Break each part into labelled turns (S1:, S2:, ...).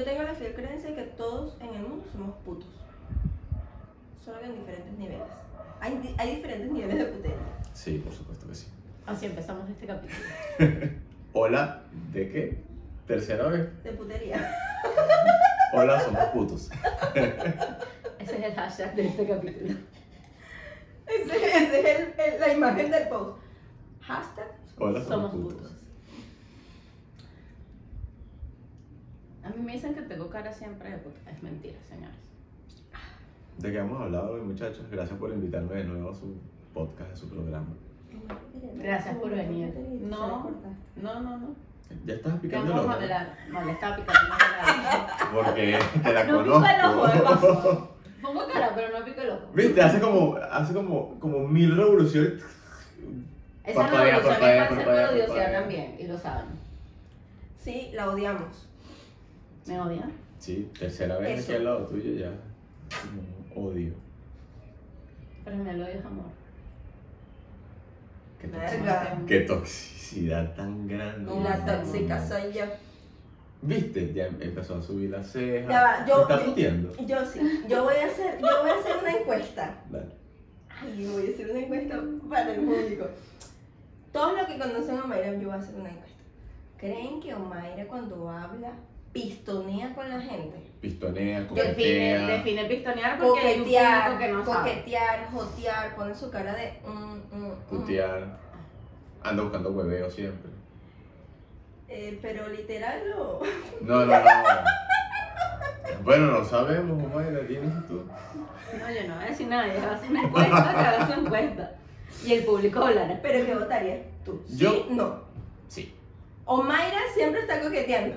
S1: eh, fiel creencia de que todos en el mundo somos putos. Solo que en diferentes niveles. Hay, di- hay diferentes niveles de putería.
S2: Sí, por supuesto que sí.
S3: Así empezamos este capítulo.
S2: Hola, ¿de qué? Tercera vez.
S1: De putería.
S2: Hola, somos putos.
S3: Ese es el hashtag de este capítulo.
S1: Esa es el- el- la imagen del post. Hashtag.
S2: Hola, somos,
S3: Somos
S2: putos.
S3: putos. A mí me dicen que tengo cara siempre de puta. Es mentira, señores.
S2: De qué hemos hablado hoy, muchachos. Gracias por invitarme de nuevo a su podcast, a su programa.
S3: Gracias por venir. No.
S1: No.
S3: No, no, no.
S2: Ya estás picando el
S3: Vamos a
S2: ojo.
S3: hablar. No, le estaba picando el ojo.
S2: Porque te la
S3: No pico el ojo, de
S2: conozco.
S3: paso. Pongo cara, pero no pico el ojo.
S2: Viste, hace como, hace como, como mil revoluciones.
S3: Esa
S2: Parpadea, parpadea,
S3: revolución es para hacer
S2: parpadea,
S3: odiosidad
S2: parpadea.
S3: también, y lo saben.
S1: Sí, la odiamos.
S3: ¿Me odian?
S2: Sí, tercera vez
S1: Eso.
S2: aquí al lado tuyo ya. Como odio.
S3: Pero me lo odio es amor.
S2: Qué, toxi-
S1: Verga.
S2: qué toxicidad tan grande.
S1: La tóxica soy yo.
S2: Viste, ya empezó a subir las cejas.
S1: Ya va, yo-
S2: Está
S1: yo-
S2: puteando.
S1: Yo sí. Yo voy a hacer, yo voy a hacer una encuesta.
S2: Dale.
S1: Ay, voy a hacer una encuesta para el público. Todos los que conocen a Omaira, yo voy a hacer una encuesta. ¿Creen que Omaira cuando habla pistonea con la gente?
S2: Pistonea,
S3: Define,
S2: coquetea.
S3: define pistonear Ah, porque hay un público
S1: Coquetear,
S3: que no sabe.
S1: coquetear, jotear, pone su cara de... mm, mm, mm.
S2: Putear.
S1: Ah.
S2: Anda buscando hueveo siempre.
S1: Eh, pero literal no.
S2: No, no, no. bueno, no sabemos, Omaira, tienes tú.
S3: No, yo no voy a decir nada, yo voy a hacer una encuesta, que haga su encuesta. Y el público hablará.
S1: ¿Pero qué votarías tú? ¿Sí?
S2: Yo-
S1: No.
S2: Sí,
S1: Omaira siempre está coqueteando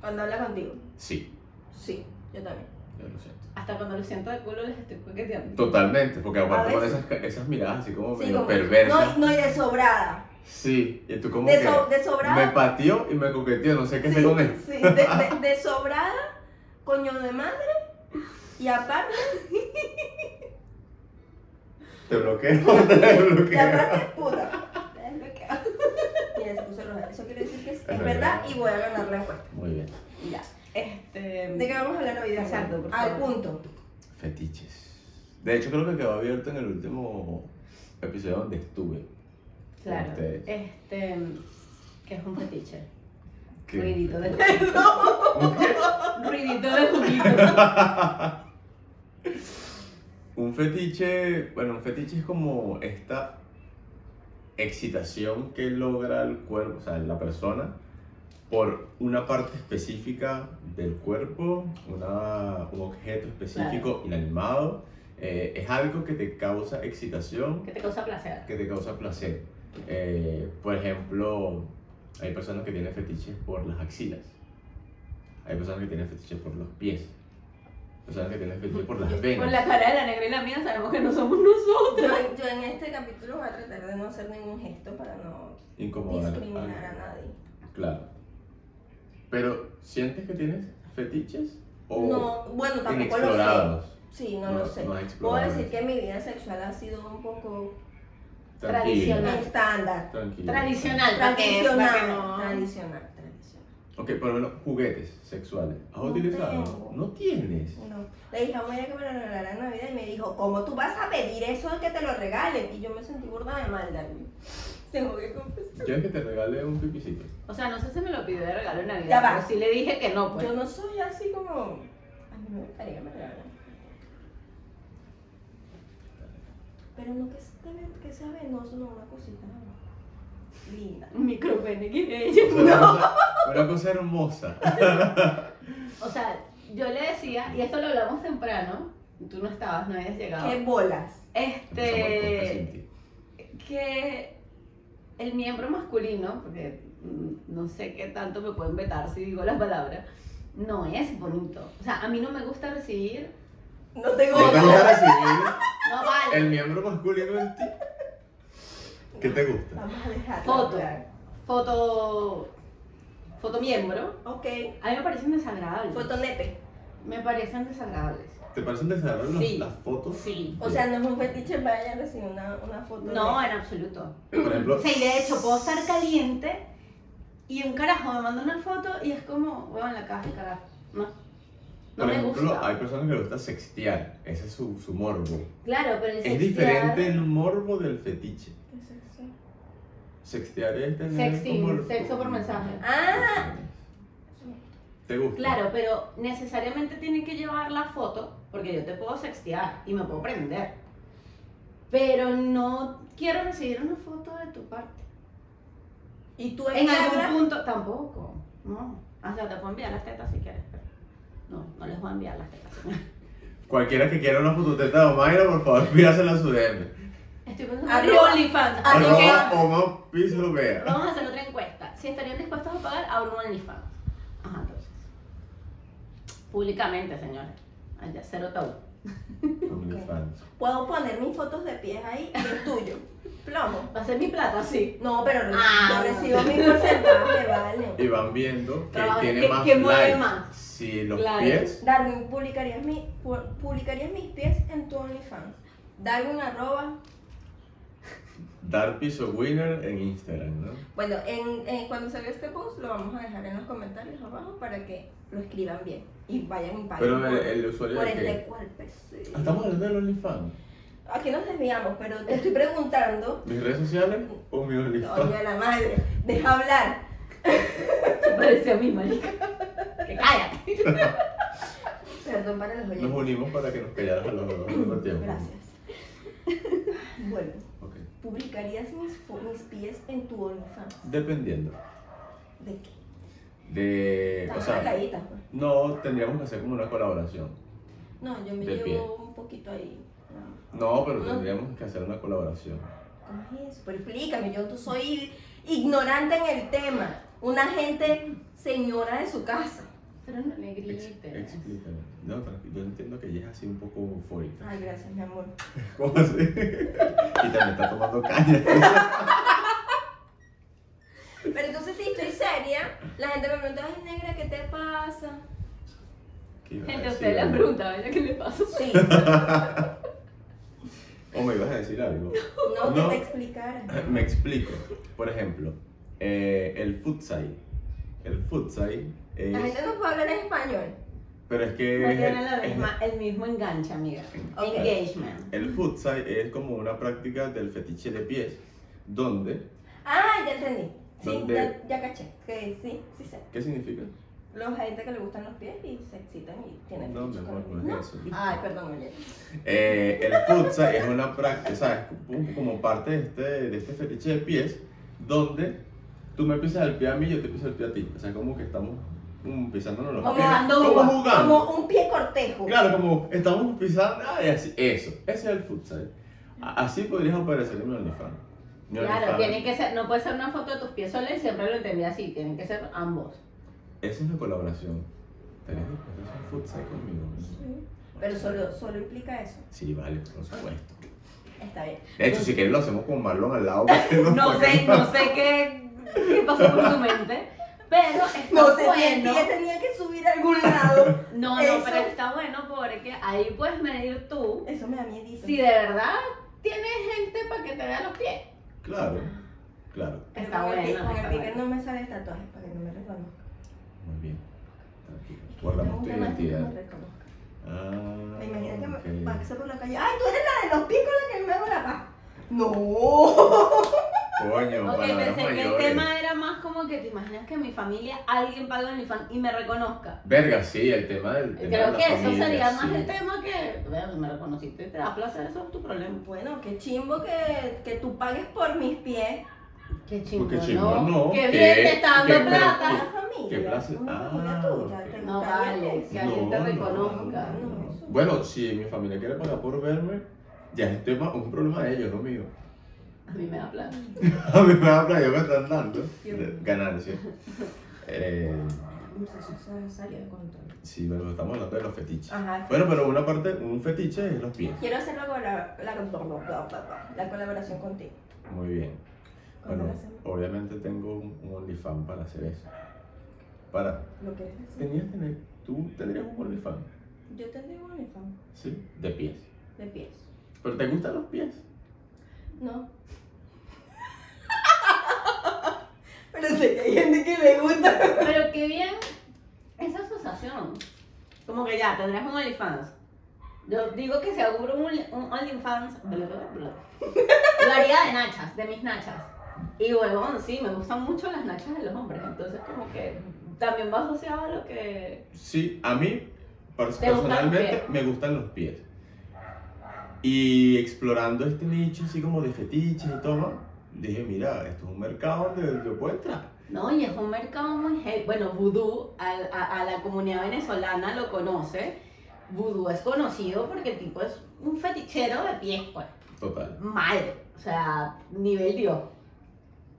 S1: cuando habla contigo.
S2: sí,
S1: Sí, yo también.
S2: yo lo siento.
S3: Hasta cuando lo siento de culo les estoy coqueteando.
S2: Totalmente, porque aparte
S1: A
S2: con
S1: veces.
S2: esas, ca- esas miradas así como
S1: Sí,
S2: medio
S1: como-
S2: perversas.
S1: No, no, y de sobrada.
S2: Sí, y tú como
S1: De,
S2: que
S1: so- de sobrada.
S2: me pateó y me coqueteó, no sé qué
S1: Sí,
S2: se come.
S1: sí, de, de- de sobrada, coño de madre, y aparte,
S2: Te bloqueo, te
S1: y
S2: bloqueo.
S1: aparte puta. Ah, Es lo que hago. Y les puse roja. Eso quiere decir que es, es
S2: Es
S1: verdad
S2: verdad.
S1: y voy a ganar la encuesta.
S2: Muy bien.
S3: Ya. Este.
S1: ¿De qué vamos a hablar hoy? Daniel?
S3: Exacto, por
S1: Al
S3: favor.
S1: punto.
S2: Fetiches. De hecho, creo que quedó abierto en el último episodio donde estuve.
S3: Claro.
S2: Ustedes.
S3: Este. Que es un fetiche.
S2: ¿Qué?
S3: Ruidito de
S1: No.
S2: ¿Un qué?
S3: Ruidito de juguito.
S2: Un fetiche, bueno, un fetiche es como esta excitación que logra el cuerpo, o sea, la persona, por una parte específica del cuerpo, una- un objeto específico inanimado. Eh, es algo que te causa excitación,
S3: Que te causa placer.
S2: que te causa placer. Eh, por ejemplo, hay personas que tienen fetiches por las axilas. Hay personas que tienen fetiches por los pies. Personas que tienen fetiches por las venas.
S3: Con la cara de la negra y la mía sabemos que no somos nosotros.
S1: Yo, yo en este capítulo voy a tratar de no hacer ningún gesto para no
S2: incomodar.
S1: discriminar a
S2: Ah,
S1: nadie.
S2: Claro. Pero, ¿sientes que tienes fetiches? ¿O
S1: No, bueno, tampoco lo sé.
S2: inexplorados?
S1: Sí, no, lo sé.
S2: No
S1: Puedo
S2: explorados.
S1: decir que mi vida sexual ha sido un poco
S3: Tradicional.
S1: estándar.
S2: Tranquilo.
S3: Tradicional. Para que- para que
S1: Tradicional.
S3: no-
S1: Tradicional, tradicional.
S2: Ok, por lo menos juguetes sexuales. ¿Has
S1: No
S2: utilizado?
S1: tengo.
S2: No tienes.
S1: No, le dije a Mayra que me lo regalara en Navidad y me dijo, ¿cómo tú vas a pedir eso de que te lo regalen? Y yo me sentí burda de mal, Dani. Tengo que confesar.
S2: ¿Quieres que te regale un pipicito?
S3: O sea, no sé si me lo pidió de regalo en Navidad.
S1: Ya va.
S3: Pero sí le dije que no, pues.
S1: Yo no soy así como... A mí me gustaría que me regalaran. Pero no que, se- que sea venoso, no, una cosita ¿no? linda.
S3: Un micropene que ella.
S2: O sea, una cosa- Una cosa hermosa.
S3: O sea, yo le decía, y esto lo hablamos temprano, tú no estabas, no habías llegado.
S1: ¡Qué bolas!
S2: Empezamos el podcast sin
S3: Este,
S2: ti.
S3: que el miembro masculino, porque mm, no sé qué tanto me pueden vetar si digo la palabra, no es bonito. O sea, a mí no me gusta recibir,
S1: No tengo
S2: ¿No te
S1: bolas.
S2: gusta recibir
S3: no vale,
S2: el miembro masculino en ti? ¿Qué te gusta?
S1: Vamos a dejar.
S3: Foto. foto, foto miembro.
S1: Ok.
S3: A mí me parecen desagradables.
S1: Fotonepe.
S3: Me parecen desagradables.
S2: ¿Te parecen desagradable
S3: Sí.
S2: las fotos?
S3: Sí.
S1: O sea, no es un fetiche para ella recibir una, una foto.
S3: No, en absoluto.
S2: Por ejemplo,
S3: O sea, y de hecho puedo estar caliente y un carajo me manda una foto y es como, bueno, la caja de carajo. No.
S2: Por
S3: No me
S2: ejemplo,
S3: gusta.
S2: hay personas que les gusta sextear. Ese es su, su morbo.
S4: Claro, pero el
S2: Es
S4: sextear-
S2: diferente el morbo del fetiche.
S1: ¿Qué es eso?
S2: Sextear es tener
S3: Sexting,
S2: como-
S3: sexo por mensaje.
S1: Ah.
S2: ¿Te gusta?
S3: Claro, pero necesariamente tiene que llevar la foto, porque yo te puedo sextear y me puedo prender. Pero no quiero recibir una foto de tu parte.
S1: ¿Y tú
S3: En
S1: encargas?
S3: algún punto tampoco. No. O sea, te puedo enviar las tetas si quieres, pero no, no les voy a enviar las tetas.
S2: Cualquiera que quiera una fototeta de Omaira, por favor, pídasela a su DM.
S3: Estoy pensando
S1: Arriba.
S3: en OnlyFans. así que-
S2: Arroba Oma Piz lo vea.
S3: Vamos a hacer otra encuesta. Si estarían dispuestos a pagar, abro un OnlyFans. Ajá, entonces. Públicamente, señores. Ay, ya, cero tabú.
S2: OnlyFans.
S1: Puedo poner mis fotos de pies ahí y el tuyo. Plomo.
S3: Va a ser mi plato, sí.
S1: No, pero re-
S3: Ah.
S1: yo recibo mi porcentaje, vale.
S2: Y van viendo que
S3: Trabaja-
S2: tiene
S3: que-
S2: más
S3: que mueve
S2: likes.
S3: más.
S2: Si los
S3: Claro.
S2: pies.
S1: Darwin, ¿publicarías, mi, pu- ¿publicarías mis pies en tu OnlyFans? Darwin, arroba.
S2: Dar piso winner en Instagram, ¿no?
S1: Bueno, en, en- cuando salga este post lo vamos a dejar en los comentarios abajo para que lo escriban bien y vayan y paguen
S2: Pero
S1: por,
S2: el, el usuario
S1: por
S2: de
S1: el de
S2: qué?
S1: cual pese.
S2: Ah, Estamos hablando del OnlyFans.
S1: Aquí nos desviamos, pero te estoy preguntando.
S2: ¿Mis redes sociales o mi OnlyFans?
S1: Oye, la madre, deja hablar.
S3: Se parece a mí, marica. Que cállate.
S1: Perdón para los
S2: Nos
S1: oyentes.
S2: unimos para que nos callaras a los dos al mismo tiempo.
S1: Gracias. Bueno,
S2: Ok.
S1: ¿publicarías mis, fo- mis pies en tu OnlyFans?
S2: Dependiendo.
S1: ¿De qué?
S2: De. Eh, O
S1: Estás
S2: sea,
S1: peladita, pues.
S2: no tendríamos que hacer como una colaboración.
S1: No, yo me
S2: de
S1: llevo
S2: pie.
S1: un poquito ahí. No.
S2: No, pero
S3: Ah.
S1: No.
S2: tendríamos que hacer una colaboración.
S1: ¿Cómo es eso? Pero explícame, yo tú soy ignorante en el tema. Una gente señora de su casa.
S3: Pero no le
S2: Ex-
S3: grites.
S2: Explícame. No, tranquilo. Yo entiendo que ella es así un poco eufórica.
S1: Ay, gracias, mi amor.
S2: ¿Cómo así? y también está tomando caña.
S1: Pero entonces si estoy seria, la gente me pregunta, ay negra, ¿qué te pasa?
S2: ¿Qué ibas a
S3: Gente,
S2: decir,
S3: usted le
S2: Ana?
S3: pregunta, ¿verdad? ¿Qué le pasa?
S1: Sí,
S2: ¿O me ibas a decir algo?
S1: no,
S2: No.
S1: que te explicara.
S2: Me explico. Por ejemplo, eh, el futsal. El futsal es.
S1: La gente no puede hablar en español.
S2: Pero es que.
S3: No
S2: es
S3: tiene
S2: el-
S3: la
S2: es-
S3: misma, el mismo enganche, amiga.
S1: eh, Ok.
S3: Engagement.
S2: El futsal es como una práctica del fetiche de pies, donde,
S1: Ah, ya entendí. Sí,
S2: ¿Dónde?
S1: ya, ya caché. Que sí, sí sé.
S2: ¿qué significa?
S1: Los gente que le gustan los pies y se excitan y tienen
S2: No, mi
S1: fetiche con
S2: amor,
S1: los
S2: no
S1: pies.
S2: es eso.
S1: Ay, perdón, oye.
S2: Eh, el futsal es una práctica, ¿sabes? Como, como parte de este, de este fetiche de pies, donde tú me pisas el pie a mí y yo te piso el pie a ti. O sea, como que estamos um, pisándonos los
S3: Como
S2: pies.
S3: dando
S2: como
S3: uva,
S2: jugando.
S1: Como un pie cortejo.
S2: Claro, como estamos pisando, ah, y así, eso, ese es el futsal. A- Así podrías aparecer en mi OnlyFans. Mi
S3: Claro,
S2: OnlyFans-
S3: tiene que ser, no puede ser una foto de tus pies solos y siempre lo entendí así, tienen que ser ambos.
S2: Esa es la colaboración. ¿Estarías dispuesto a hacer un futsal conmigo?
S1: Sí. Pero solo, solo implica eso.
S2: Sí, vale, por supuesto.
S1: Está bien.
S2: De hecho, si quieres lo hacemos con Marlon al lado. porque
S3: No sé, no sé qué, qué pasó por tu mente, pero está
S1: No sé si el
S3: bueno.
S1: pie tenía que subir a algún lado.
S3: No, no,
S1: Eso.
S3: pero está bueno porque ahí puedes medir tú
S1: Eso me da miedito.
S3: si de verdad tienes gente para que te vea los pies.
S2: Claro, claro.
S1: Pero
S3: Está
S1: con el pie-
S3: bueno,
S1: Con el
S3: está
S1: pie
S3: bueno.
S1: que no me sale el tatuaje para que no me reconozca.
S2: Muy bien. Tranquilo.
S1: Es que me
S2: Guardamos tu
S1: gusta más que
S2: identidad.
S1: no me reconozca.
S2: Ah,
S1: Me imagino que
S2: ok.
S1: me pase por la calle. ¡Ay, tú eres la de los pies con la que me hago la paz! ¡No!
S2: Coño,
S3: ok,
S2: palabras
S3: pensé que el
S2: mayores.
S3: tema era más como que te imaginas que en mi familia alguien pague OnlyFans y me reconozca.
S2: Verga, sí, el tema del tema de
S3: Creo
S2: la
S3: que eso
S2: familia,
S3: sería
S2: sí.
S3: más el tema que, bueno, me reconociste, te da placer, eso es tu problema.
S1: Bueno, qué chimbo que, que tú pagues por mis pies.
S3: Qué chingón,
S2: Porque chingón, no,
S3: Qué
S2: que-
S3: bien, te está
S2: que-
S3: dando
S1: Para
S2: pero-
S1: la
S3: plata.
S1: familia.
S2: qué placer.
S1: Una
S2: Ah,
S1: familia tuya. ¿Te
S3: No
S1: gustaría
S3: vale,
S1: eso?
S3: que alguien te
S2: No, no,
S3: reconozca.
S1: no, no, eso.
S2: Bueno, si mi familia quiere pagar por verme, ya es tema, un problema de ellos, no mío.
S3: A mí me da plata.
S2: A mí me da playa, me están dando
S1: Dios.
S2: ganancias. Eh,
S1: Eso salió de control.
S2: sí, bueno, estamos hablando de los fetiches.
S1: Ajá.
S2: Bueno, pero una parte, un fetiche es los pies.
S1: Quiero hacer la, colab- la, la, la colaboración contigo.
S2: Muy bien.
S1: ¿Cuándo
S2: Bueno,
S1: la hacemos?
S2: obviamente tengo un, un OnlyFans para hacer eso. Para,
S1: ¿Lo quieres hacer?
S2: tenías tener, tú tendrías un OnlyFans,
S1: Yo tendría un OnlyFans
S2: ¿sí? De pies.
S1: de pies.
S2: Pero te gustan los pies.
S1: No. Pero sé que hay gente que le gusta.
S3: Pero qué bien esa asociación. Como que ya, tendrás un OnlyFans. Yo digo que si abro un, un OnlyFans, bla, bla, bla, lo haría de nachas, de mis nachas. Y huevón, sí, me gustan mucho las nachas de los hombres. Entonces, como que también va asociado a lo que.
S2: Sí, a mí pers-
S3: ¿Te gustan los
S2: personalmente
S3: pies?
S2: me gustan los pies. Y explorando este nicho así como de fetiches y todo, dije, mira, esto es un mercado donde yo puedo entrar.
S3: No, y es un mercado muy heavy. Bueno, vudú, al- a, a la comunidad venezolana lo conoce. Vudú es conocido porque el tipo es un fetichero de pies, pues.
S2: Total.
S3: mal, o sea, nivel Dios.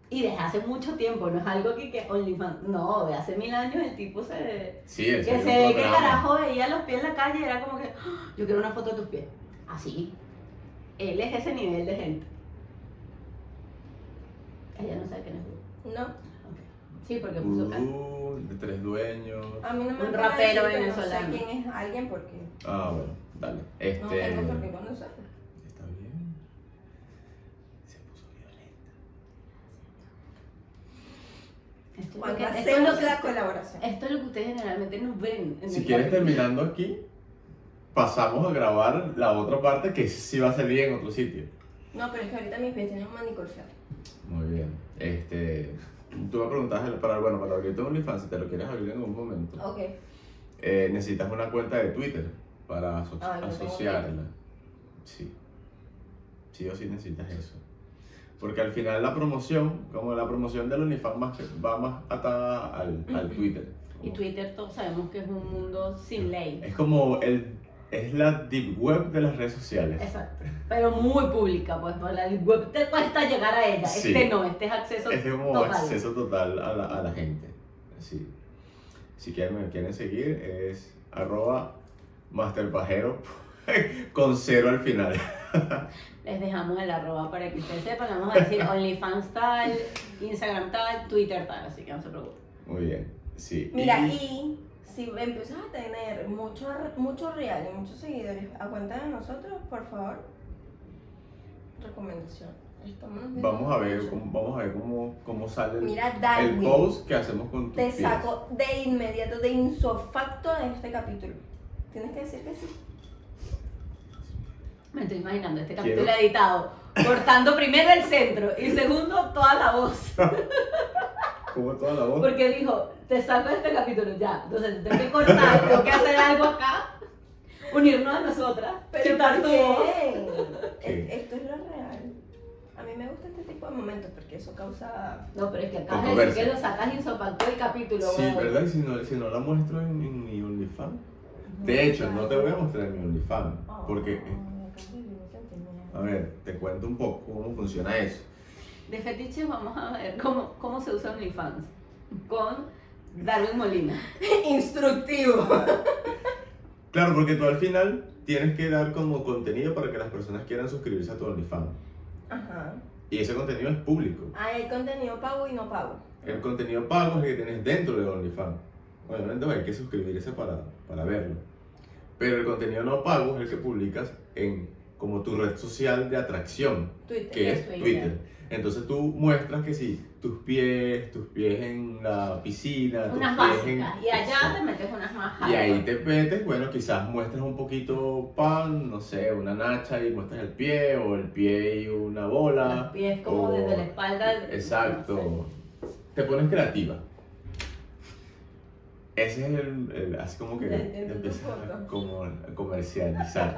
S3: Y desde hace mucho tiempo, no es algo que, que OnlyFans, no, de hace mil años el tipo se...
S2: Sí, eso
S3: Que
S2: es
S3: se
S2: un
S3: ve que el
S2: programa.
S3: carajo veía los pies en la calle y era como que, "Ah, yo quiero una foto de tus pies. Así. Él es ese nivel de gente. Ella no sabe quién es.
S1: No,
S3: Sí, porque
S2: Uh.
S3: puso ca-
S2: Vudú, de tres dueños.
S1: a mí no me
S3: Un
S1: van a decir
S3: rapero
S1: que
S3: venezolano.
S1: No sé quién es alguien porque
S2: Ah, bueno, dale.
S1: no
S2: Este.
S1: tengo por qué conocerlo.
S2: Está bien. Se puso violenta.
S3: Esto, es lo
S1: Cuando
S3: que- esto es lo
S1: hacemos
S3: que-
S1: la colaboración.
S3: esto es lo que ustedes generalmente nos ven. en
S2: Si
S3: el
S2: quieres
S3: podcast.
S2: terminando aquí, pasamos a grabar la otra parte que sí va a salir en otro sitio.
S1: No, pero es que ahorita mis pies tienen manicurfiado.
S2: Muy bien. Este. Tú me preguntabas el- para, bueno, para abrir tu OnlyFans, si te lo quieres abrir en algún momento.
S1: Ok,
S2: Eh, necesitas una cuenta de Twitter para aso-
S1: Ah, yo tengo
S2: asociarla. Sí. Sí o sí necesitas eso. Porque al final la promoción, como la promoción del OnlyFans más que- va más atada al, al Twitter.
S3: Y
S2: Como-
S3: Twitter todos sabemos que es un mundo sin ley.
S2: Es como el es la deep web de las redes sociales.
S3: Exacto. Pero muy pública, pues por la web te cuesta llegar a ella.
S2: Sí.
S3: Este no, este es acceso.
S2: Es como
S3: total.
S2: acceso total a la, a la gente. Sí. Si quieren, me quieren seguir, es arroba masterpajero con cero al final.
S3: Les dejamos el arroba para que ustedes sepan. le Vamos a decir OnlyFans tal, Instagram tal, Twitter tal, así que no se preocupen.
S2: Muy bien. Sí.
S1: mira,
S2: Y-
S1: y si empiezas a tener mucho, mucho real y muchos seguidores a cuenta de nosotros, por favor, recomendación. Estamos viendo
S2: Vamos a ver,
S1: mucho.
S2: cómo- vamos a ver cómo, cómo sale el,
S1: Mira,
S2: el
S1: Darwin.
S2: post que hacemos con tus
S1: Te
S2: pies.
S1: saco de inmediato, de insofacto de este capítulo. Tienes que decir que sí.
S3: Me estoy imaginando este
S2: Quiero-
S3: capítulo editado, cortando primero el centro y segundo toda la voz.
S2: Como toda la voz.
S3: Porque dijo, te saco de este capítulo ya. Entonces tengo que cortar, tengo que hacer algo acá, unirnos a nosotras, quitar
S1: ¿por
S3: tu
S1: qué?
S3: voz.
S1: Es-
S2: Sí.
S1: Esto es lo real. A mí me gusta este tipo de momentos porque eso causa.
S3: No, pero es que acabas de decir
S2: Controversia.
S3: que lo sacas insofacto del capítulo.
S2: Sí,
S3: weón.
S2: ¿verdad? Y si no, si no la muestro en, en mi OnlyFans. De hecho, no te voy a mostrar en mi OnlyFans.
S1: Oh,
S2: Porque, eh.
S1: me acabo de vivir un sentimiento.
S2: a ver, te cuento un poco cómo funciona eso.
S3: De fetiches vamos a ver cómo, cómo se usa OnlyFans con Darwin Molina.
S1: Instructivo.
S2: Claro, porque tú al final tienes que dar como contenido para que las personas quieran suscribirse a tu OnlyFans.
S1: Ajá.
S2: Y ese contenido es público.
S1: Hay contenido pago y no pago.
S2: El contenido pago es el que tienes dentro de OnlyFans. Obviamente pues, hay que suscribirse para, para verlo. Pero el contenido no pago es el que publicas en como tu red social de atracción,
S1: Twitter.
S2: que
S3: es
S2: es
S3: Twitter.
S2: Twitter. Entonces tú muestras que sí, tus pies, tus pies en la piscina, tus
S3: Unas
S2: pies en-
S3: básicas. Y allá te metes unas más
S2: Y
S3: hardcore.
S2: ahí te metes, bueno, quizás muestras un poquito pan, no sé, una nacha y muestras el pie, o el pie y una bola.
S3: Los pies como
S2: o-
S3: desde la espalda. No sé.
S2: Oh, Exacto. Te pones creativa. Ese es el, el- así como que
S1: Ya entiendo tu
S2: empiezas a
S1: punto.
S2: como a comercializar.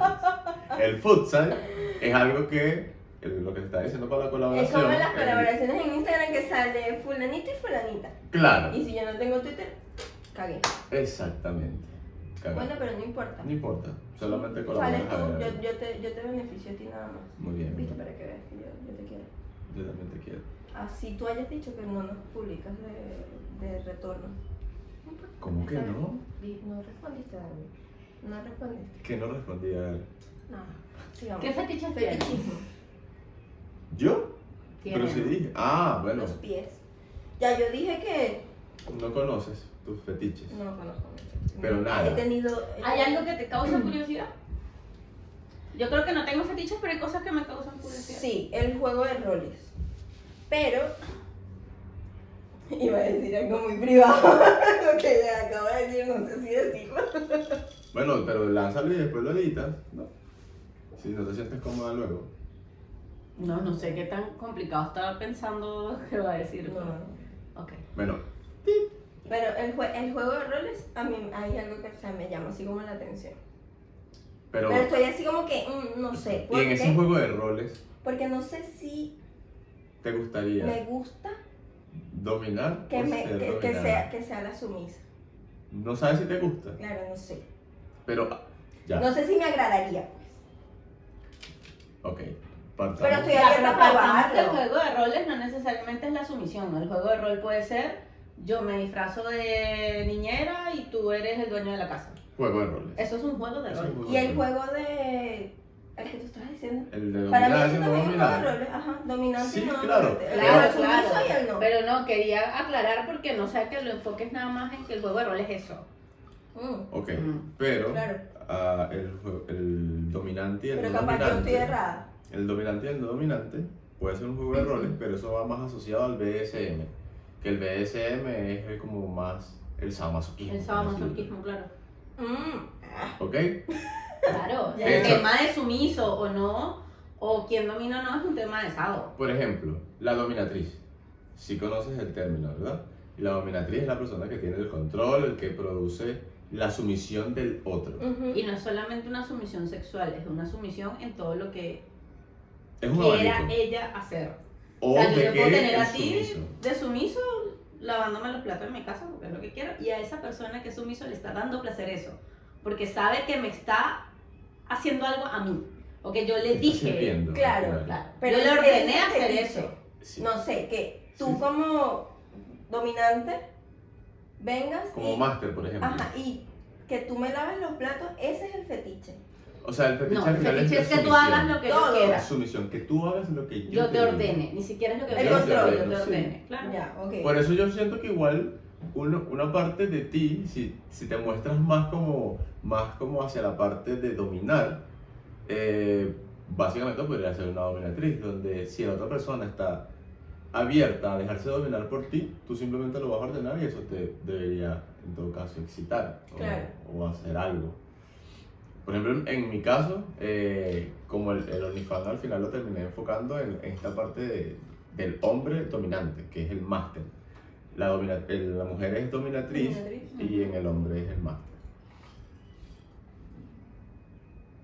S2: el futsal es algo que el- lo que se está diciendo para la
S1: Es
S2: colaboración.
S1: como las
S2: el-
S1: colaboraciones en Instagram que sale fulanito y fulanita.
S2: Claro,
S1: Y si yo no tengo Twitter, cagué.
S2: exactamente. Cagado.
S1: Bueno, pero no importa.
S2: no importa, solamente
S1: Sales
S2: colaboras.
S1: tú,
S2: a-
S1: yo, yo te, yo te beneficio a ti nada más.
S2: Muy bien,
S1: Viste, para que veas que yo, yo te quiero.
S2: yo también te quiero.
S1: Así tú hayas dicho que no nos publicas de, de retorno. No importa.
S2: ¿Cómo que no?
S1: Di- No respondiste, Darwin. No respondiste.
S2: Que no respondí a él.
S1: No. Sigamos.
S3: ¿Qué fetiches tienes?
S1: Fetichismo.
S2: ¿Yo? Pero sí
S3: Tienes.
S2: dije. Ah, bueno,
S1: Los pies. Ya yo dije que
S2: no conoces tus fetiches.
S1: Pues, no conozco mucho.
S2: Pero
S1: No,
S2: nada.
S1: He tenido. eh,
S3: ¿Hay algo que te causa curiosidad? Yo creo que no tengo fetiches, pero hay cosas que me causan curiosidad.
S1: Sí, el juego de roles. Pero. Iba a decir algo muy privado. lo que le acabo de decir, no sé si decirlo.
S2: Bueno, pero lánzalo y después lo editas, ¿no? Si no te sientes cómoda luego.
S3: No, no sé qué tan complicado estaba pensando que va a decir.
S1: No.
S3: Ok.
S2: Bueno,
S1: Pero el, jue- el juego de roles, a mí hay algo que o sea, me llama así como la atención.
S2: pero...
S1: Pero estoy así como que, mm, no sé,
S2: Y
S1: ¿por
S2: en
S1: qué?
S2: ese juego de roles,
S1: Porque no sé si
S2: ¿te gustaría
S1: me gusta
S2: dominar
S1: que,
S2: o
S1: me,
S2: ser
S1: que, que
S2: dominada?
S1: sea, que sea la sumisa.
S2: No sabes si te gusta,
S1: Claro, no sé.
S2: pero... ah, Ya,
S1: No sé si me agradaría.
S2: ok. Partamos.
S1: Pero estoy
S3: Ya,
S1: abierta
S3: pero
S1: a
S3: partamos que el
S1: probarlo.
S3: juego de roles no necesariamente es la sumisión. El juego de rol puede ser yo me disfrazo de niñera y tú eres el dueño de la casa.
S2: Juego de roles.
S3: Eso es un juego de
S2: Eso es
S3: rol.
S2: juego
S1: Y
S2: de
S1: el
S2: roles.
S1: juego de. El que tú estabas diciendo.
S2: El de
S1: Para mí
S2: dominar,
S1: eso
S2: el de
S1: también es un juego de
S2: dominar.
S1: roles. Ajá, dominante
S2: Sí,
S1: y no
S2: claro.
S1: dominante. El
S2: Claro,
S1: el sumiso
S3: claro.
S1: y el no.
S3: Pero no, quería aclarar porque no sea que lo enfoques nada más en que el juego de rol es eso.
S1: Mm,
S2: Ok,
S3: Mm.
S2: pero
S1: claro.
S2: ah, el, jue- el dominante y el
S1: Pero
S2: no
S1: capaz yo
S2: dominante...
S1: estoy errada.
S2: El dominante y el no dominante puede ser un juego de roles, pero eso va más asociado al BDSM. Que el BDSM es el como más el sadomasoquismo.
S3: El sadomasoquismo, claro.
S1: Mm,
S2: ¿Ok?
S3: Claro.
S1: De
S3: El
S2: hecho.
S3: tema de sumiso o no, o quién domina o no, es un tema de sado.
S2: Por ejemplo, la dominatriz. Si conoces el término, ¿verdad? Y La dominatriz es la persona que tiene el control, el que produce la sumisión del otro.
S1: ujú.
S3: Y no es solamente una sumisión sexual, es una sumisión en todo lo que
S2: Es un
S3: quiera
S2: abanico.
S3: ella hacer.
S2: O
S3: o sea, yo
S2: te
S3: te puedo
S2: quede
S3: tener
S2: el
S3: a ti
S2: sumiso.
S3: de sumiso lavándome los platos en mi casa, porque es lo que quiero, y a esa persona que es sumiso le está dando placer eso, porque sabe que me está haciendo algo a mí, o que yo le
S2: Te estás
S3: dije.
S2: sirviendo,
S1: claro,
S2: al final.
S3: Claro.
S1: Pero
S3: Pero yo le
S1: es-
S3: ordené
S1: es
S3: hacer
S1: fetiche.
S3: eso.
S2: Sí.
S1: No sé, que tú
S2: Sí.
S1: como dominante vengas
S2: Como
S1: y,
S2: máster, por ejemplo.
S1: ajá, y que tú me laves los platos, ese es el fetiche.
S2: O sea, el fetiche
S3: No,
S2: al
S3: el
S2: final
S3: fetiche
S2: la
S3: es que tú
S2: sumisión.
S3: hagas lo que
S1: Todo.
S3: yo
S2: La
S3: quiera.
S2: sumisión, que tú hagas lo que yo,
S3: Yo te
S2: diga.
S3: ordene, ni siquiera es lo que
S1: El
S3: yo quiero,
S2: control,
S3: yo te
S2: sí.
S3: ordene, claro.
S1: Ya, ok.
S2: Por eso yo siento que igual uno- una parte de ti, si, si te muestras más como, más como hacia la parte de dominar, eh, básicamente podría ser una dominatriz, donde si la otra persona está abierta a dejarse dominar por ti, tú simplemente lo vas a ordenar y eso te debería, en todo caso, excitar o,
S1: Claro.
S2: o hacer algo. Por ejemplo, en mi caso, eh, como el, el OnlyFans al final lo terminé enfocando en, en esta parte de- del hombre dominante, que es el máster. La, domina- el- la mujer es dominatriz
S1: Dominatriz.
S2: y en el hombre es el máster.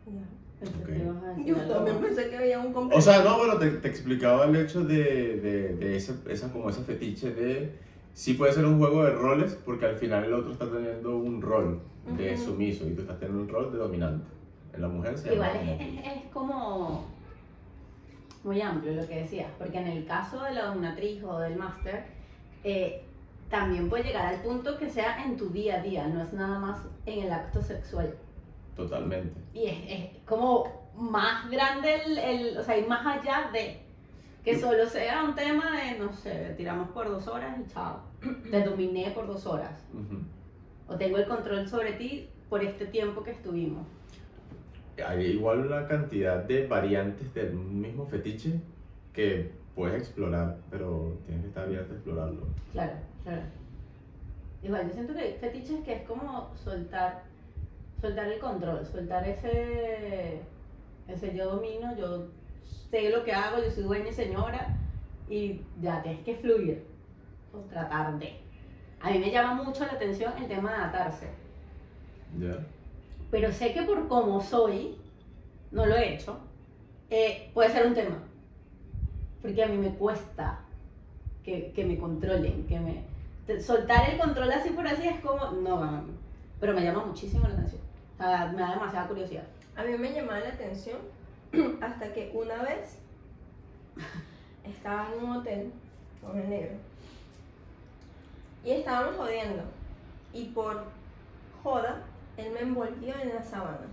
S1: Ya.
S3: Entonces,
S2: Ok.
S3: ¿qué vas a decir
S1: Yo
S3: algo
S1: también
S3: más?
S1: pensé que había un complejo.
S2: O sea, no, bueno, te, te explicaba el hecho de, de, de ese, esa, como ese fetiche de... Sí puede ser un juego de roles porque al final el otro está teniendo un rol de
S1: Ujú.
S2: sumiso y tú estás teniendo un rol de dominante. En la mujer se llama
S3: Igual es,
S2: dominatriz.
S3: es- es como muy amplio lo que decías, porque en el caso de la dominatriz o del máster, eh, también puede llegar al punto que sea en tu día a día, no es nada más en el acto sexual.
S2: Totalmente.
S3: Y es, es como más grande, el, el- o sea, y más allá de que solo sea un tema de, no sé, tiramos por dos horas y chao, te dominé por dos horas,
S2: Ujú.
S3: o tengo el control sobre ti por este tiempo que estuvimos.
S2: hay igual una cantidad de variantes del mismo fetiche que puedes explorar, pero tienes que estar abierto a explorarlo.
S3: Claro, claro. Igual, yo siento que hay fetiches que es como soltar, soltar el control, soltar ese, ese yo domino, yo sé lo que hago, yo soy dueña y señora, y ya tienes que fluir, o tratar de. A mí me llama mucho la atención el tema de atarse,
S2: ¿Ya?
S3: pero sé que por cómo soy, no lo he hecho, eh, puede ser un tema, porque a mí me cuesta que, que me controlen, que me... te- Soltar el control así por así es como, no, no, no, pero me llama muchísimo la atención, O sea, me da demasiada curiosidad.
S1: A mí me llamaba la atención hasta que una vez estaba en un hotel con el negro y estábamos jodiendo y por joda él me envolvió en la sábana.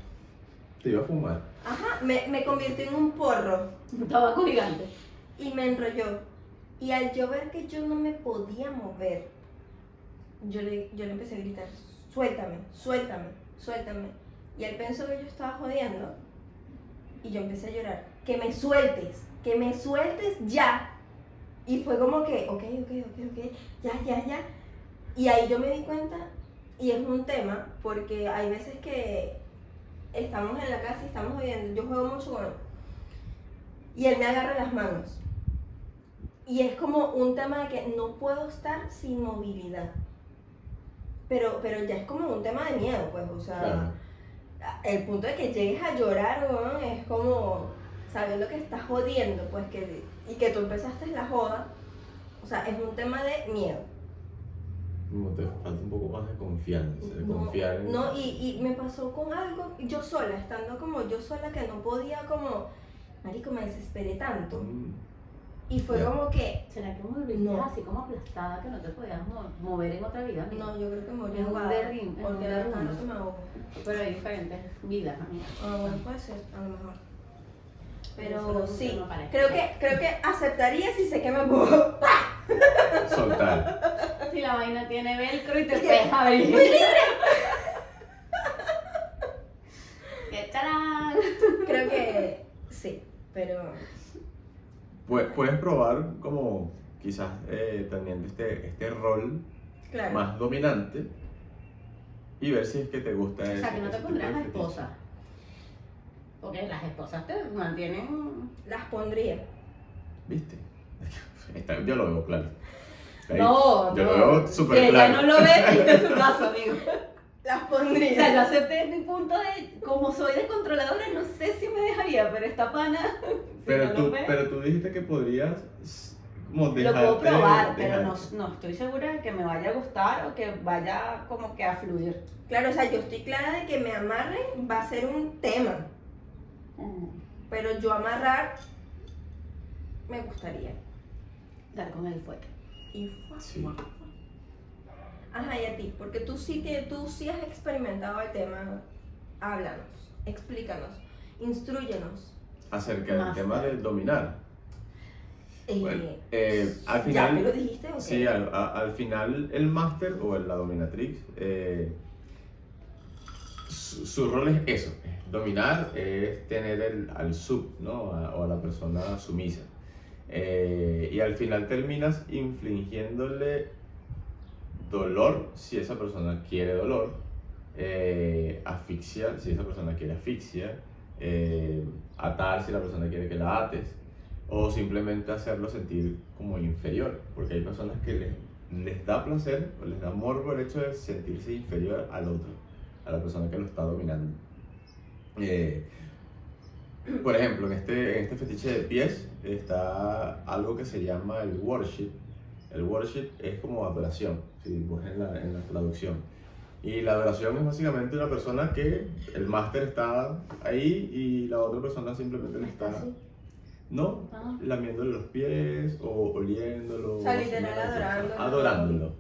S2: Te iba a fumar.
S1: Ajá, me, me convirtió en un porro
S3: Tabaco gigante.
S1: y me enrolló. Y al yo ver que yo no me podía mover, yo le, yo le empecé a gritar, suéltame, suéltame, suéltame. Y él pensó que yo estaba jodiendo y yo empecé a llorar, que me sueltes, que me sueltes ya. Y fue como que, ok, ok, ok, ok, ya, ya, ya. Y ahí yo me di cuenta y es un tema porque hay veces que estamos en la casa y estamos jugando, yo juego mucho con él, y él me agarra las manos. Y es como un tema de que no puedo estar sin movilidad. Pero, pero ya es como un tema de miedo, pues, o
S3: Ah.
S1: sea,
S2: Claro.
S1: el punto de que llegues a llorar, weón, es como sabiendo que estás jodiendo, pues, que, y que tú empezaste la joda, o sea, es un tema de miedo.
S2: Como te falta un poco más de confianza, de
S1: No,
S2: confiar en...
S1: No, y, y me pasó con algo, yo sola, estando como yo sola, que no podía como, marico, me desesperé tanto.
S2: Mm,
S1: Y fue
S2: Ya.
S1: como que,
S3: ¿Será que volviste
S1: No.
S3: así como aplastada que no te podías mo- mover en otra vida? amiga?
S1: no, yo creo que me morí
S3: Es un
S1: ahogada,
S3: derrim- es un
S1: porque la verdad
S3: derrumbe.
S1: no se me ahogó.
S3: Pero hay diferentes vidas, amiga.
S1: Ah, bueno, puede ser, a lo mejor.
S3: Eso
S1: Pero
S3: es un
S1: sí,
S3: tema para
S1: creo que, creo que aceptaría si sé que me puedo.
S2: Soltar.
S3: Si la vaina tiene velcro y te puedes abrir. ¡Qué charán!
S1: Creo que sí, pero
S2: Pu- puedes probar como quizás eh, teniendo este, este rol
S1: claro.
S2: más dominante y ver si es que te gusta
S3: O
S2: ese-
S3: sea, que no te
S2: ese tipo de
S3: pondrás la
S2: fetiche.
S3: esposa. Porque las esposas te mantienen.
S1: Las pondría.
S2: ¿Viste? Está- yo lo veo claro. Ahí,
S3: No,
S2: yo
S3: no.
S2: lo veo
S3: Si
S2: súper
S3: ella
S2: claro.
S3: no lo ve, este es su caso, amigo.
S1: Las
S3: O sea, yo
S1: pondría.
S3: acepté mi punto de. Como soy descontroladora, no sé si me dejaría, pero esta pana. si
S2: pero,
S3: no lo
S2: tú,
S3: ve,
S2: pero tú dijiste que podrías s- como
S3: Lo
S2: dejarte...
S3: puedo probar, pero
S2: dejar-
S3: no, no estoy segura de que me vaya a gustar o que vaya como que a fluir.
S1: Claro, o sea, yo estoy clara de que me amarren va a ser un tema.
S3: Mm.
S1: Pero yo amarrar me gustaría.
S3: Dar con el fuego.
S1: Y fua,
S2: Sí.
S1: fua, fua. Ajá, y a ti, porque tú sí que tú sí has experimentado el tema. Háblanos, explícanos, instruyenos.
S2: Acerca del
S3: Más.
S2: tema de dominar.
S1: Eh,
S2: Bueno, eh, al
S1: ya me
S2: final...
S1: lo dijiste, ¿o
S2: Sí,
S1: qué?
S2: al, a- al final el máster o la dominatrix, eh, su, su rol es eso, es dominar es tener el- al sub, ¿no? A- o a la persona sumisa. Eh, y al final terminas infligiéndole dolor si esa persona quiere dolor, eh, asfixia si esa persona quiere asfixia, eh, atar si la persona quiere que la ates o simplemente hacerlo sentir como inferior, porque hay personas que les, les da placer o les da morbo el hecho de sentirse inferior al otro, a la persona que lo está dominando. Eh, por ejemplo, en este, en este fetiche de pies está algo que se llama el worship. El worship es como adoración, si buscas en la, en la traducción. Y la adoración es básicamente una persona que el máster está ahí y la otra persona simplemente le está...
S1: Así.
S2: No,
S3: Ah.
S2: lamiéndole los pies o oliéndolo.
S1: O sea, literal,
S2: haciéndole cosas,
S1: adorándolo.
S2: adorándolo.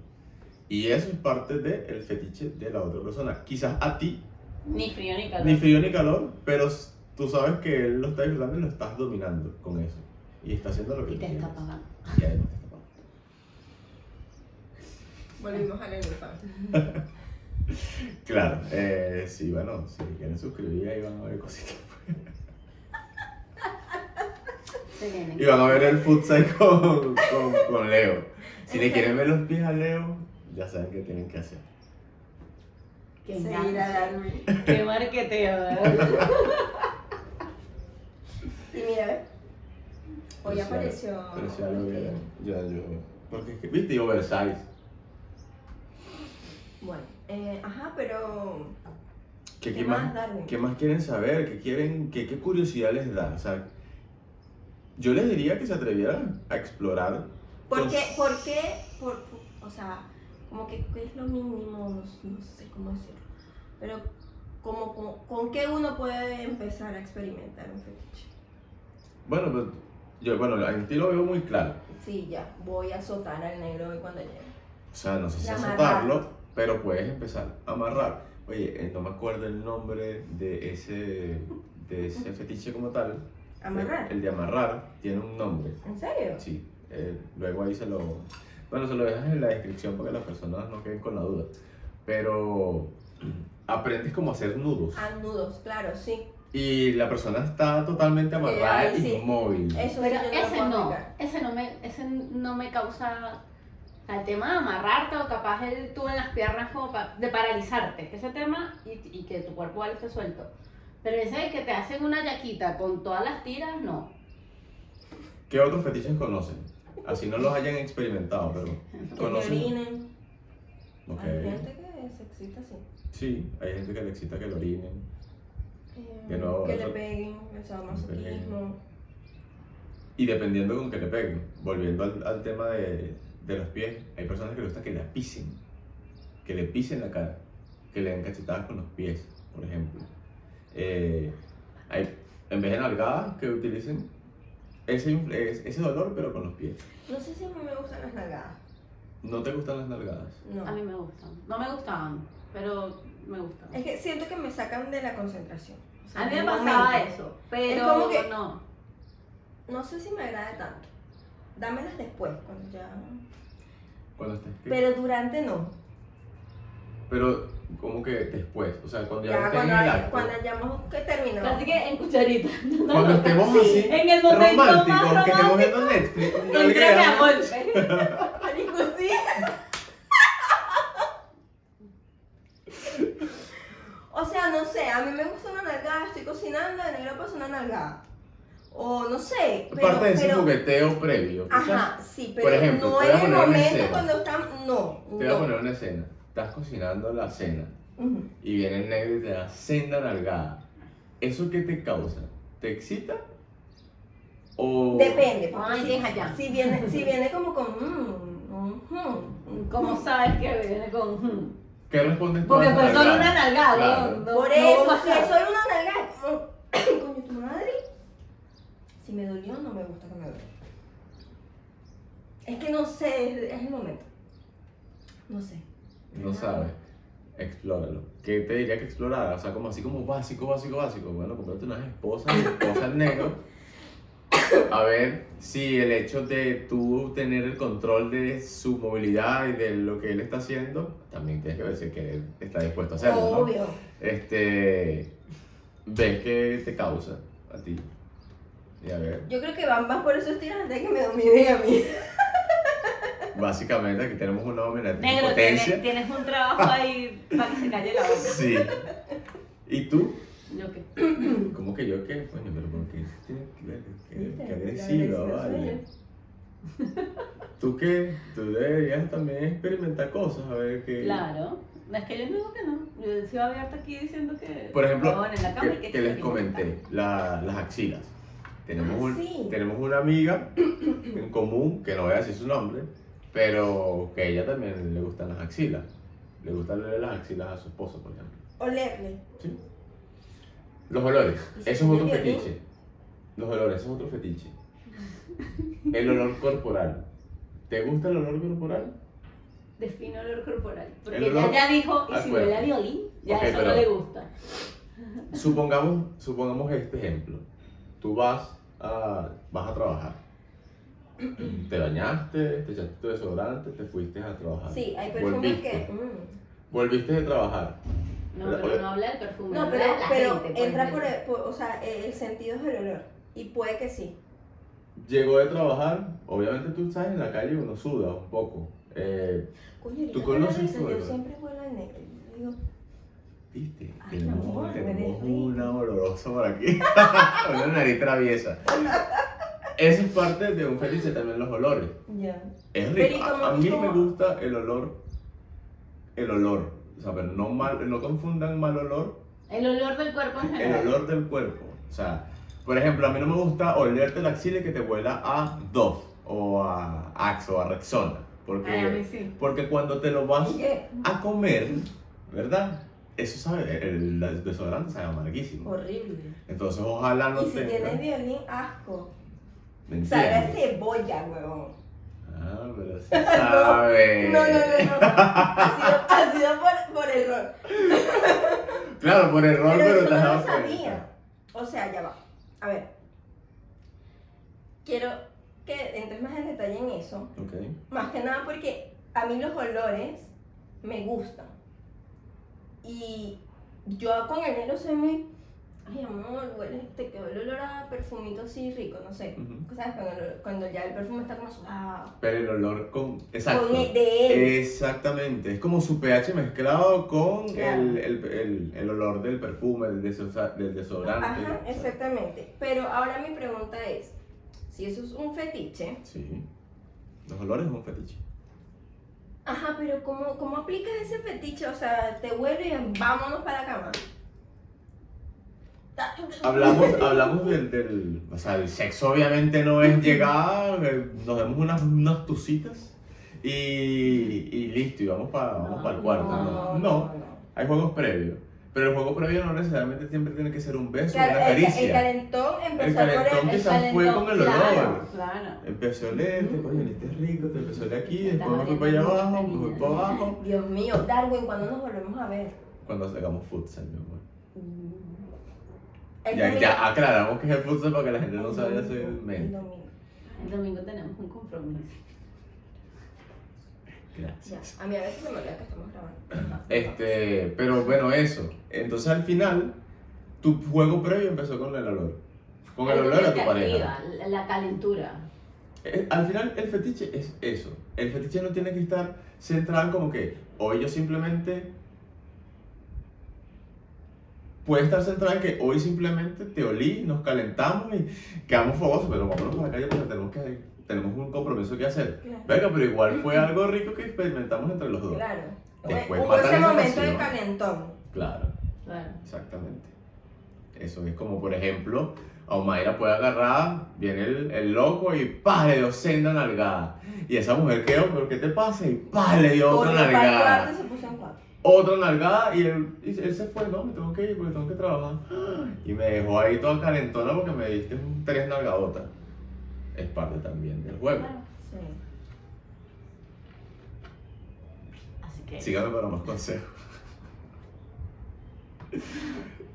S2: Y eso es parte del fetiche de la otra persona. Quizás a ti,
S3: Ni frío ni calor.
S2: ni frío ni calor, pero s- tú sabes que él lo está disfrutando y lo estás dominando con eso. Y está haciendo lo que
S3: Y
S2: tú
S3: te
S2: quieres.
S3: está pagando.
S2: Y además te está pagando.
S1: Volvimos al elefante.
S2: Claro, eh, sí, bueno, si quieren suscribir ahí van a ver cositas.
S3: Se viene.
S2: Y van a ver el futsal con, con, con Leo. Si le quieren ver los pies a Leo, ya saben qué tienen que hacer.
S3: Qué
S1: Seguir a
S3: enganche.
S1: Darwin.
S3: Qué marqueteo, ¿verdad?
S1: Y mira, ¿ves? hoy
S2: Pero si
S1: apareció.
S2: algo- Pero si algo viene, ya yo. Porque es que, viste, y oversize.
S1: Bueno, eh, ajá, pero.
S2: ¿Qué,
S1: ¿Qué
S2: qué
S1: más,
S2: más,
S1: Darwin?
S2: ¿Qué más quieren saber? ¿Qué, quieren, qué, qué curiosidad les da? O sea, yo les diría que se atrevieran a explorar.
S1: ¿Por qué?
S2: Pues-
S1: ¿Por qué? Por, por- o sea, como que ¿qué es lo mínimo, no, s- no sé cómo decirlo. Pero, como, con, ¿con qué uno puede empezar a experimentar un fetiche?
S2: Bueno, pues, yo, bueno, en ti lo veo muy claro.
S1: Sí, ya, voy a azotar al negro hoy cuando llegue.
S2: O sea, no sé si
S1: Y amarrar.
S2: azotarlo, pero puedes empezar a amarrar. Oye, eh, no me acuerdo el nombre de ese, de ese fetiche como tal.
S1: ¿Amarrar?
S2: El de amarrar tiene un nombre.
S1: ¿En serio?
S2: Eh, Sí, eh, luego ahí se lo... Bueno, se lo dejas en la descripción para que las personas no queden con la duda. Pero aprendes cómo hacer nudos.
S1: A Ah, nudos, claro, sí.
S2: Y la persona está totalmente amarrada
S1: ahí sí.
S2: inmóvil.
S1: Eso sí
S3: Pero
S1: yo lo
S3: ese
S1: puedo
S3: no,
S1: aplicar.
S3: ese no me, ese no me causa al tema de amarrarte o capaz el tú en las piernas como pa- de paralizarte, ese tema y, y que tu cuerpo vale esté suelto. Pero ese de que te hacen una yaquita con todas las tiras, no.
S2: ¿Qué otros fetiches conocen? Así no los hayan experimentado, pero
S1: Que te
S2: conocen.
S1: orinen.
S2: Ok.
S1: Hay gente que se excita así.
S2: Sí, hay gente que le excita que lo orinen.
S1: Eh,
S2: Que no,
S1: que
S2: eso-
S1: le peguen, el sadomasoquismo.
S2: Y dependiendo con que le peguen, volviendo al, al tema de, de los pies, hay personas que les gusta que la pisen, que le pisen la cara, que le den cachetadas con los pies, por ejemplo. Eh, hay, en vez de nalgadas, que utilicen ese, infl- es- ese dolor, pero con los pies.
S1: No sé si a mí me gustan las nalgadas.
S2: ¿No te gustan las nalgadas?
S1: No.
S3: A mí me gustan. No me gustaban, pero me gustan.
S1: Es que siento que me sacan de la concentración. O sea,
S3: A mí me
S1: de
S3: pasaba
S1: momento.
S3: eso, pero
S1: Es como que-
S3: no.
S1: No sé si me agrada tanto. Dámelas después, cuando ya.
S2: Cuando estés
S1: Pero durante no.
S2: Pero como que después, o sea, cuando ya,
S1: Ya,
S2: estés en
S1: cuando,
S2: el acto,
S1: cuando hayamos que terminado.
S3: Casi que en cucharita.
S2: cuando estemos así,
S3: En el momento más
S2: románticos, que estemos
S3: romántico,
S2: viendo Netflix,
S3: entrame a
S2: nalgueamos.
S3: golpe.
S1: Marico, sí. o sea, no sé, a mí me gusta una nalgada, estoy cocinando, de negro pasa una nalgada. O no sé, pero.
S2: parte de ese
S1: pero-
S2: jugueteo previo. quizás.
S1: Ajá, sí,
S2: Por
S1: pero
S2: ejemplo,
S1: no
S2: te voy a
S1: en el
S2: poner un
S1: momento
S2: escenario.
S1: cuando están. No,
S2: Te voy a
S1: no.
S2: poner una escena. Estás cocinando la cena
S1: Ujú.
S2: y viene el negro y te da senda nalgada. ¿Eso qué te causa? ¿Te excita? O...
S1: Depende, porque
S3: Ay,
S1: si,
S3: deja ya.
S1: si viene, si viene como con. mm, ujú,
S3: Como sabes que viene con. hmm.
S2: ¿Qué respondes tú?
S3: Porque
S2: a esa
S3: fue solo una
S2: nalgada?
S3: nalgada.
S2: Claro.
S3: no- no-
S1: Por
S3: no
S1: eso,
S3: hubo más
S1: si
S3: nada.
S1: soy una nalgada, como, coño, tu madre. Si me dolió, no me gusta que me duele. Es que no sé, es, es el momento. No sé.
S2: No sabes. Explóralo. ¿Qué te diría que explorara? O sea, como así como básico, básico, básico. Bueno, comprarte unas esposas, esposas negro. A ver si el hecho de tú tener el control de su movilidad y de lo que él está haciendo, también tienes que decir que él está dispuesto a hacerlo, ¿no?
S1: Obvio.
S2: Este. Ves que te causa a ti. Y a ver,
S1: Yo creo que van más por esos tiros antes de que me dominen a mí.
S2: básicamente aquí tenemos una dominatriz en
S3: Negro,
S2: potencia.
S3: tienes, tienes un trabajo ahí para que se calle la boca.
S2: Sí. ¿Y tú?
S3: Yo qué.
S2: ¿Cómo que yo qué? Coño, pero ¿por qué tiene que ver? Qué,
S1: Viste,
S2: qué
S1: la
S2: agresiva,
S1: agresiva
S2: vale. ¿Tú qué? Tú deberías también experimentar cosas, a ver qué.
S3: Claro. Es que yo no digo que no. Yo sigo abierta aquí diciendo que.
S2: Por ejemplo,
S3: en la cama y
S2: que, que les
S3: experimenta.
S2: comenté, la- las axilas. Tenemos,
S1: Ah,
S2: un-
S1: sí.
S2: tenemos una amiga en común, que no voy a decir su nombre, pero que a ella también le gustan las axilas. Le gusta leer las axilas a su esposo, por ejemplo.
S1: Olerle.
S2: ¿Sí? Los olores,
S1: ¿Y si
S2: eso es otro
S1: tiene violín?
S2: fetiche. Los olores, eso es otro fetiche. El olor corporal. ¿Te gusta el olor corporal?
S3: Defino olor corporal. Porque
S2: El
S3: ella
S2: olor
S3: ya dijo, y
S2: al
S3: si huele a
S2: cuerpo.
S3: violín, ya
S2: Ok,
S3: eso
S2: pero-
S3: no le gusta.
S2: Supongamos, supongamos este ejemplo. Tú vas a, vas a trabajar. Te bañaste, te echaste tu desodorante, te fuiste a trabajar.
S1: Sí, hay perfumes que.
S2: Volviste.
S1: mm.
S2: Volviste de trabajar.
S3: No,
S2: Pero-
S3: pero no habla del perfume.
S1: No,
S3: habla
S1: pero,
S3: de la
S1: pero
S3: gente, pues,
S1: entra
S3: del-
S1: por el, por- o sea, el, el sentido es el olor. Y puede que sí.
S2: Llegó de trabajar, obviamente tú estás en la calle y uno suda un poco. Eh,
S1: Coño,
S2: ¿Tú
S1: ahorita que lo
S2: conoces
S1: dices,
S2: tu
S1: yo
S2: olor?
S1: siempre huelo al negro. Yo digo,
S2: ¿Viste?
S1: Ay,
S2: Tenemos,
S1: amor,
S2: tenemos
S1: huele rico.
S2: una olorosa por aquí. una nariz traviesa. Eso es parte de un fetiche también los olores.
S1: ya.
S2: Es
S1: Pero, ¿y
S2: rico.
S1: cómo-
S2: A, a
S1: y
S2: mí
S1: cómo?
S2: me gusta el olor. El olor. O sea, pero no, mal, no confundan mal olor
S3: El olor del cuerpo en
S2: el
S3: general.
S2: olor del cuerpo. O sea, por ejemplo, a mí no me gusta olerte la axila y que te vuela a Dove o a Axe o a Rexona.
S3: Ay, a mí
S2: Porque,
S3: sí.
S2: porque cuando te lo vas
S1: Oye,
S2: a comer, ¿verdad? Eso sabe, el, el desodorante sabe amarguísimo.
S1: horrible.
S2: Entonces, ojalá Ah, no
S1: Y si
S2: tenga-
S1: tienes violín, asco.
S2: ¿Me
S1: Sabe a
S2: entiendes?
S1: cebolla, huevón.
S2: Ah, pero sí sabe.
S1: No, no, no, no. Ha sido, ha sido por, por error.
S2: Claro, por error,
S1: Pero
S2: pero,
S1: eso
S2: te
S1: no
S2: has
S1: lo
S2: dado cuenta.
S1: sabía. O sea, ya va. A ver. Quiero que entres más en detalle en eso.
S2: Ok.
S1: Más que nada porque a mí los olores me gustan. Y yo con el negro soy muy. ay amor, huele, te quedó el olor a perfumito así rico, no sé.
S2: Ujú.
S1: ¿Sabes? Cuando, el- cuando ya el perfume está como suave.
S2: Pero el olor con. Exacto. Eh,
S1: Con el de él.
S2: Exactamente. Es como su pH mezclado con
S3: Claro.
S2: el, el, el, el olor del perfume, del, desosa- del desodorante.
S1: Ajá,
S2: ¿sabes?
S1: exactamente. Pero ahora mi pregunta es, si eso es un fetiche,
S2: Sí. Los olores son un fetiche.
S1: ajá, pero ¿cómo, cómo aplicas ese fetiche? O sea, te huele y vámonos para la cama. Ta-
S2: Hablamos, hablamos del, del. O sea, el sexo obviamente no es llegar, eh, nos damos unas, unas tucitas y, y listo, y vamos para vamos para el cuarto. No, no, hay juegos previos. Pero el juego previo no necesariamente siempre tiene que ser un beso,
S1: Claro,
S2: una
S1: el, el
S2: caricia.
S1: calentón empezó
S2: calentón
S1: por el...
S2: que se fue con el
S3: Claro,
S2: olor.
S3: claro.
S2: Empezó a olerte, coño, este es rico, te empezó a oler aquí,
S3: Estás
S2: después me fui para allá
S3: oliendo muy
S2: abajo, me fui
S3: femenina.
S2: para abajo.
S1: Dios mío, Darwin, ¿cuándo nos volvemos a ver?
S2: Cuando sacamos futsal, mi amor.
S3: Mm.
S1: El
S2: Ya,
S1: domingo-
S2: ya aclaramos que es el futsal para que la gente no
S1: el
S2: se vaya a
S1: domingo,
S2: hacer
S1: El
S2: mente.
S1: domingo.
S3: El domingo tenemos un compromiso.
S1: Ya,
S2: Gracias.
S1: a mí a veces se me olvida que estamos grabando. Ajá.
S2: Este, pero bueno, eso. Entonces al final, tu juego previo empezó con el olor. Con el
S3: Algo
S2: olor
S3: que
S2: a tu
S3: te
S2: pareja.
S3: activa, la- La calentura.
S2: Eh, Al final, el fetiche es eso. El fetiche no tiene que estar centrado en como que hoy yo simplemente. Puede estar centrado en que hoy simplemente te olí, nos calentamos y quedamos fogosos, pero vámonos para la calle porque tenemos, que, tenemos un compromiso que hacer.
S1: Claro.
S2: Venga, pero igual fue algo rico que experimentamos entre los dos.
S1: Claro.
S2: Después
S1: Hubo
S2: matan
S1: ese
S2: esa
S1: momento de
S2: pasión.
S1: calentón.
S2: Claro.
S3: Claro.
S2: Exactamente. Eso es como, por ejemplo, a Omaira puede agarrar, viene el, el loco y ¡pah! le dio senda nalgada. Y esa mujer quedó, ¿pero qué te pasa? Y ¡pah! le dio otra
S1: Corrió para el cuarto y
S2: nalgada.
S1: se puso en cuatro.
S2: Otra nalgada y él, y él se fue, no, me tengo que ir porque tengo que trabajar. Y me dejó ahí toda calentona porque me diste un tres nalgadotas. Es parte también del juego.
S3: Claro.
S1: Sí.
S3: Así que
S2: Síganos para más consejos,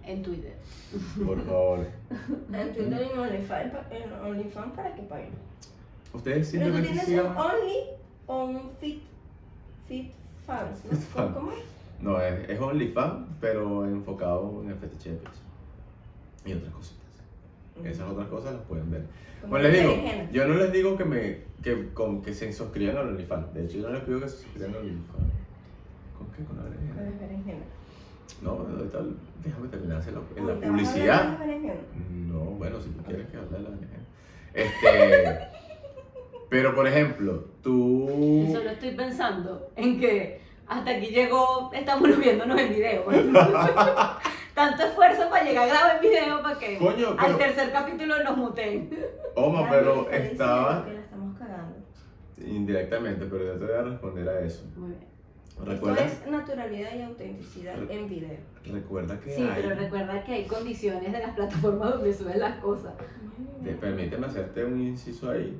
S3: en Twitter.
S2: por favor.
S1: En Twitter y en OnlyFans pa- en OnlyFans para que paguen.
S2: Ustedes
S1: Pero tú
S2: simplemente
S1: tienes un
S2: sigan.
S1: Only o un Fit, fit Fans, ¿no?
S2: Fit Fans.
S1: ¿Cómo es?
S2: No, es, es OnlyFans, pero enfocado en el fetiche de pecho. Y otras cositas. Esas otras cosas las pueden ver.
S1: Como
S2: Bueno, les digo,
S1: berenjena.
S2: yo no les digo que me que, con, que se suscriban al OnlyFans. De hecho, yo no les pido que se suscriban al OnlyFans. ¿Con qué? ¿Con la
S1: Con
S2: berenjena?
S1: las berenjenas.
S2: No, ahorita déjame terminar de hacer la, en
S1: Ahorita vas
S2: la
S1: a hablar de
S2: publicidad.
S1: las berenjenas.
S2: No, bueno, si tú quieres que hable de la berenjena. Este. pero, por ejemplo, tú.
S3: Y solo estoy pensando en que hasta aquí llegó, estamos viéndonos el video. ¿no? Tanto esfuerzo para llegar a grabar el video para que
S2: Coño,
S3: al
S2: pero.
S3: tercer capítulo nos muteen.
S2: Oma,
S1: Ya,
S2: pero
S1: me está diciendo
S2: estaba.
S1: Que la estamos cagando.
S2: Indirectamente, pero yo te voy a responder a eso.
S3: Muy bien.
S1: Esto
S2: Recuerda,
S1: es naturalidad y autenticidad en video.
S2: recuerda que
S3: Sí,
S2: hay.
S3: pero recuerda que hay condiciones de las plataformas donde suben las cosas.
S2: Te- permíteme hacerte un inciso ahí.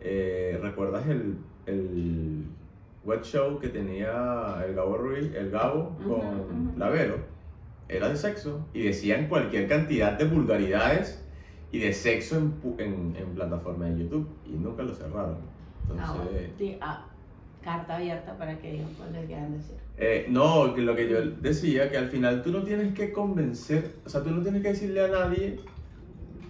S2: Eh, ¿Recuerdas el, el web show que tenía el Gabo Ruiz, el Gabo
S3: Ujú,
S2: con
S3: ujú.
S2: Lavero? Era de sexo y decían cualquier cantidad de vulgaridades y de sexo en, pu- en, en plataforma de YouTube y nunca lo cerraron. Entonces,
S3: Ah, bueno. Sí, ah, carta abierta para que digan cuál les quieran decir.
S2: Eh, no, que lo que yo decía, que al final tú no tienes que convencer, o sea, tú no tienes que decirle a nadie,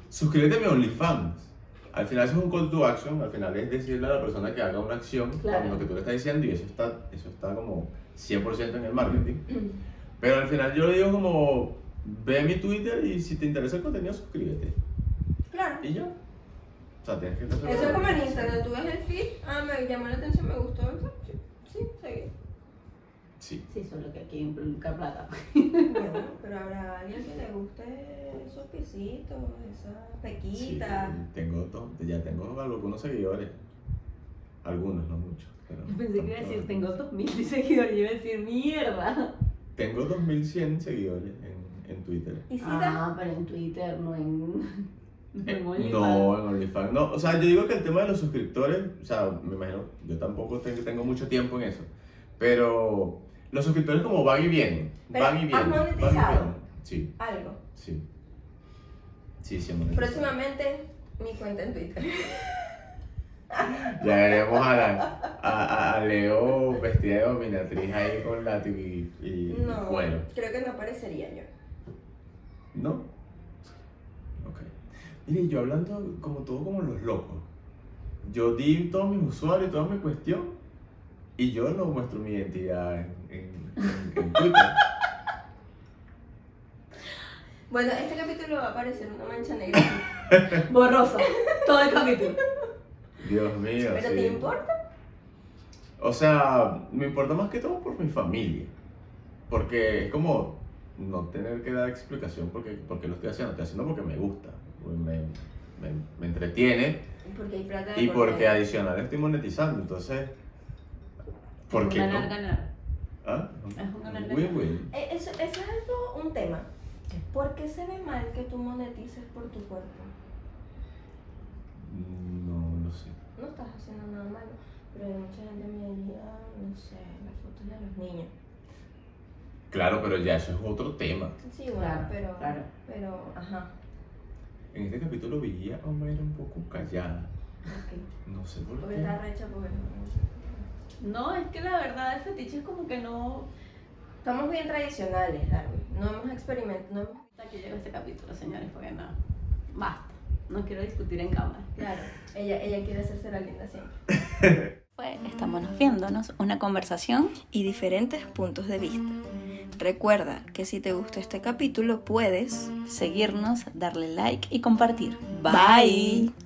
S2: suscríbete a mi OnlyFans. Al final eso es un call to action, al final es decirle a la persona que haga una acción
S3: Claro.
S2: con lo que tú le estás diciendo y eso está, eso está como 100% en el marketing. Pero al final yo le digo como, ve mi Twitter y si te interesa el contenido, suscríbete.
S1: Claro.
S2: Y ya. O sea, tienes que empezar
S1: Eso
S2: a-
S1: es como en Instagram. Tú ves el feed, ah, me llamó la atención, me gustó. Sí, sí, seguí.
S2: Sí.
S3: Sí, solo que aquí implica plata.
S1: Bueno, pero habrá alguien que le guste esos pisitos, esas
S2: Sí,
S1: pequitas.
S2: tengo to- ya tengo algunos seguidores. Algunos, no muchos. pero-
S3: Pensé que iba a decir, tengo 2000 seguidores y iba a decir, mierda.
S2: Tengo 2100 seguidores en, en Twitter.
S1: Y si da-
S3: Ah, pero en Twitter, no en. No,
S2: Eh,
S3: en OnlyFans.
S2: no, en OnlyFans. No, o sea, yo digo que el tema de los suscriptores, o sea, me imagino, yo tampoco tengo, tengo mucho tiempo en eso. Pero los suscriptores como van y vienen.
S1: Pero
S2: van y
S1: has
S2: vienen. van y
S1: monetizado.
S2: vienen. Sí,
S1: algo.
S2: sí. Sí, sí, monetizado.
S1: Próximamente, mi cuenta en Twitter.
S2: Ya veremos a, la, a, a- a Leo vestida de dominatriz ahí con látigo y, y, y
S1: No,
S2: cuero.
S1: creo que no aparecería yo.
S2: ¿No? Mire, yo hablando como todo como los locos. Yo di todos mis usuarios, toda mi cuestión, y yo no muestro mi identidad en, en- en- en Twitter.
S1: Bueno, este capítulo va a aparecer una mancha negra.
S3: Borrosa. Todo el capítulo.
S2: Dios mío.
S1: ¿Pero
S2: sí.
S1: te importa?
S2: O sea, me importa más que todo por mi familia. Porque es como no tener que dar explicación porque, porque lo estoy haciendo. Lo estoy haciendo porque me gusta, porque me, me- me entretiene
S1: Porque hay plata de
S2: y
S1: por
S2: porque
S1: medio.
S2: adicional estoy monetizando. Entonces, ¿por qué
S3: ganar,
S2: no?
S3: ganar.
S2: ¿Ah?
S3: Es un ganar, ganar.
S2: Win-win.
S1: Eh, Eso, eso es algo, un tema. ¿Por qué se ve mal que tú monetices por tu cuerpo?
S2: Mm, No, no sé.
S1: No estás haciendo nada malo, pero hay mucha gente me diría, "Ah, no sé, las fotos de los niños.
S2: Claro, pero ya eso es otro tema.
S1: Sí, bueno,
S3: Claro,
S1: pero,
S3: claro.
S1: pero, ajá,
S2: En este capítulo veía a Mayra un poco callada.
S1: ok.
S2: No sé por
S1: Porque
S2: qué.
S1: está recha, porque
S3: No, es que la verdad el fetiche es como que no.
S1: Estamos bien tradicionales, Darwin. No hemos experimentado, no hemos...
S3: Hasta aquí llega este capítulo, señores, porque no. Basta. No quiero discutir en cámara.
S1: Claro, ella, ella quiere hacerse la linda siempre.
S4: fue Estámonos viéndonos, una conversación
S5: y diferentes puntos de vista. Recuerda que si te gustó este capítulo puedes
S4: seguirnos, darle like y compartir. Bye.
S5: Bye.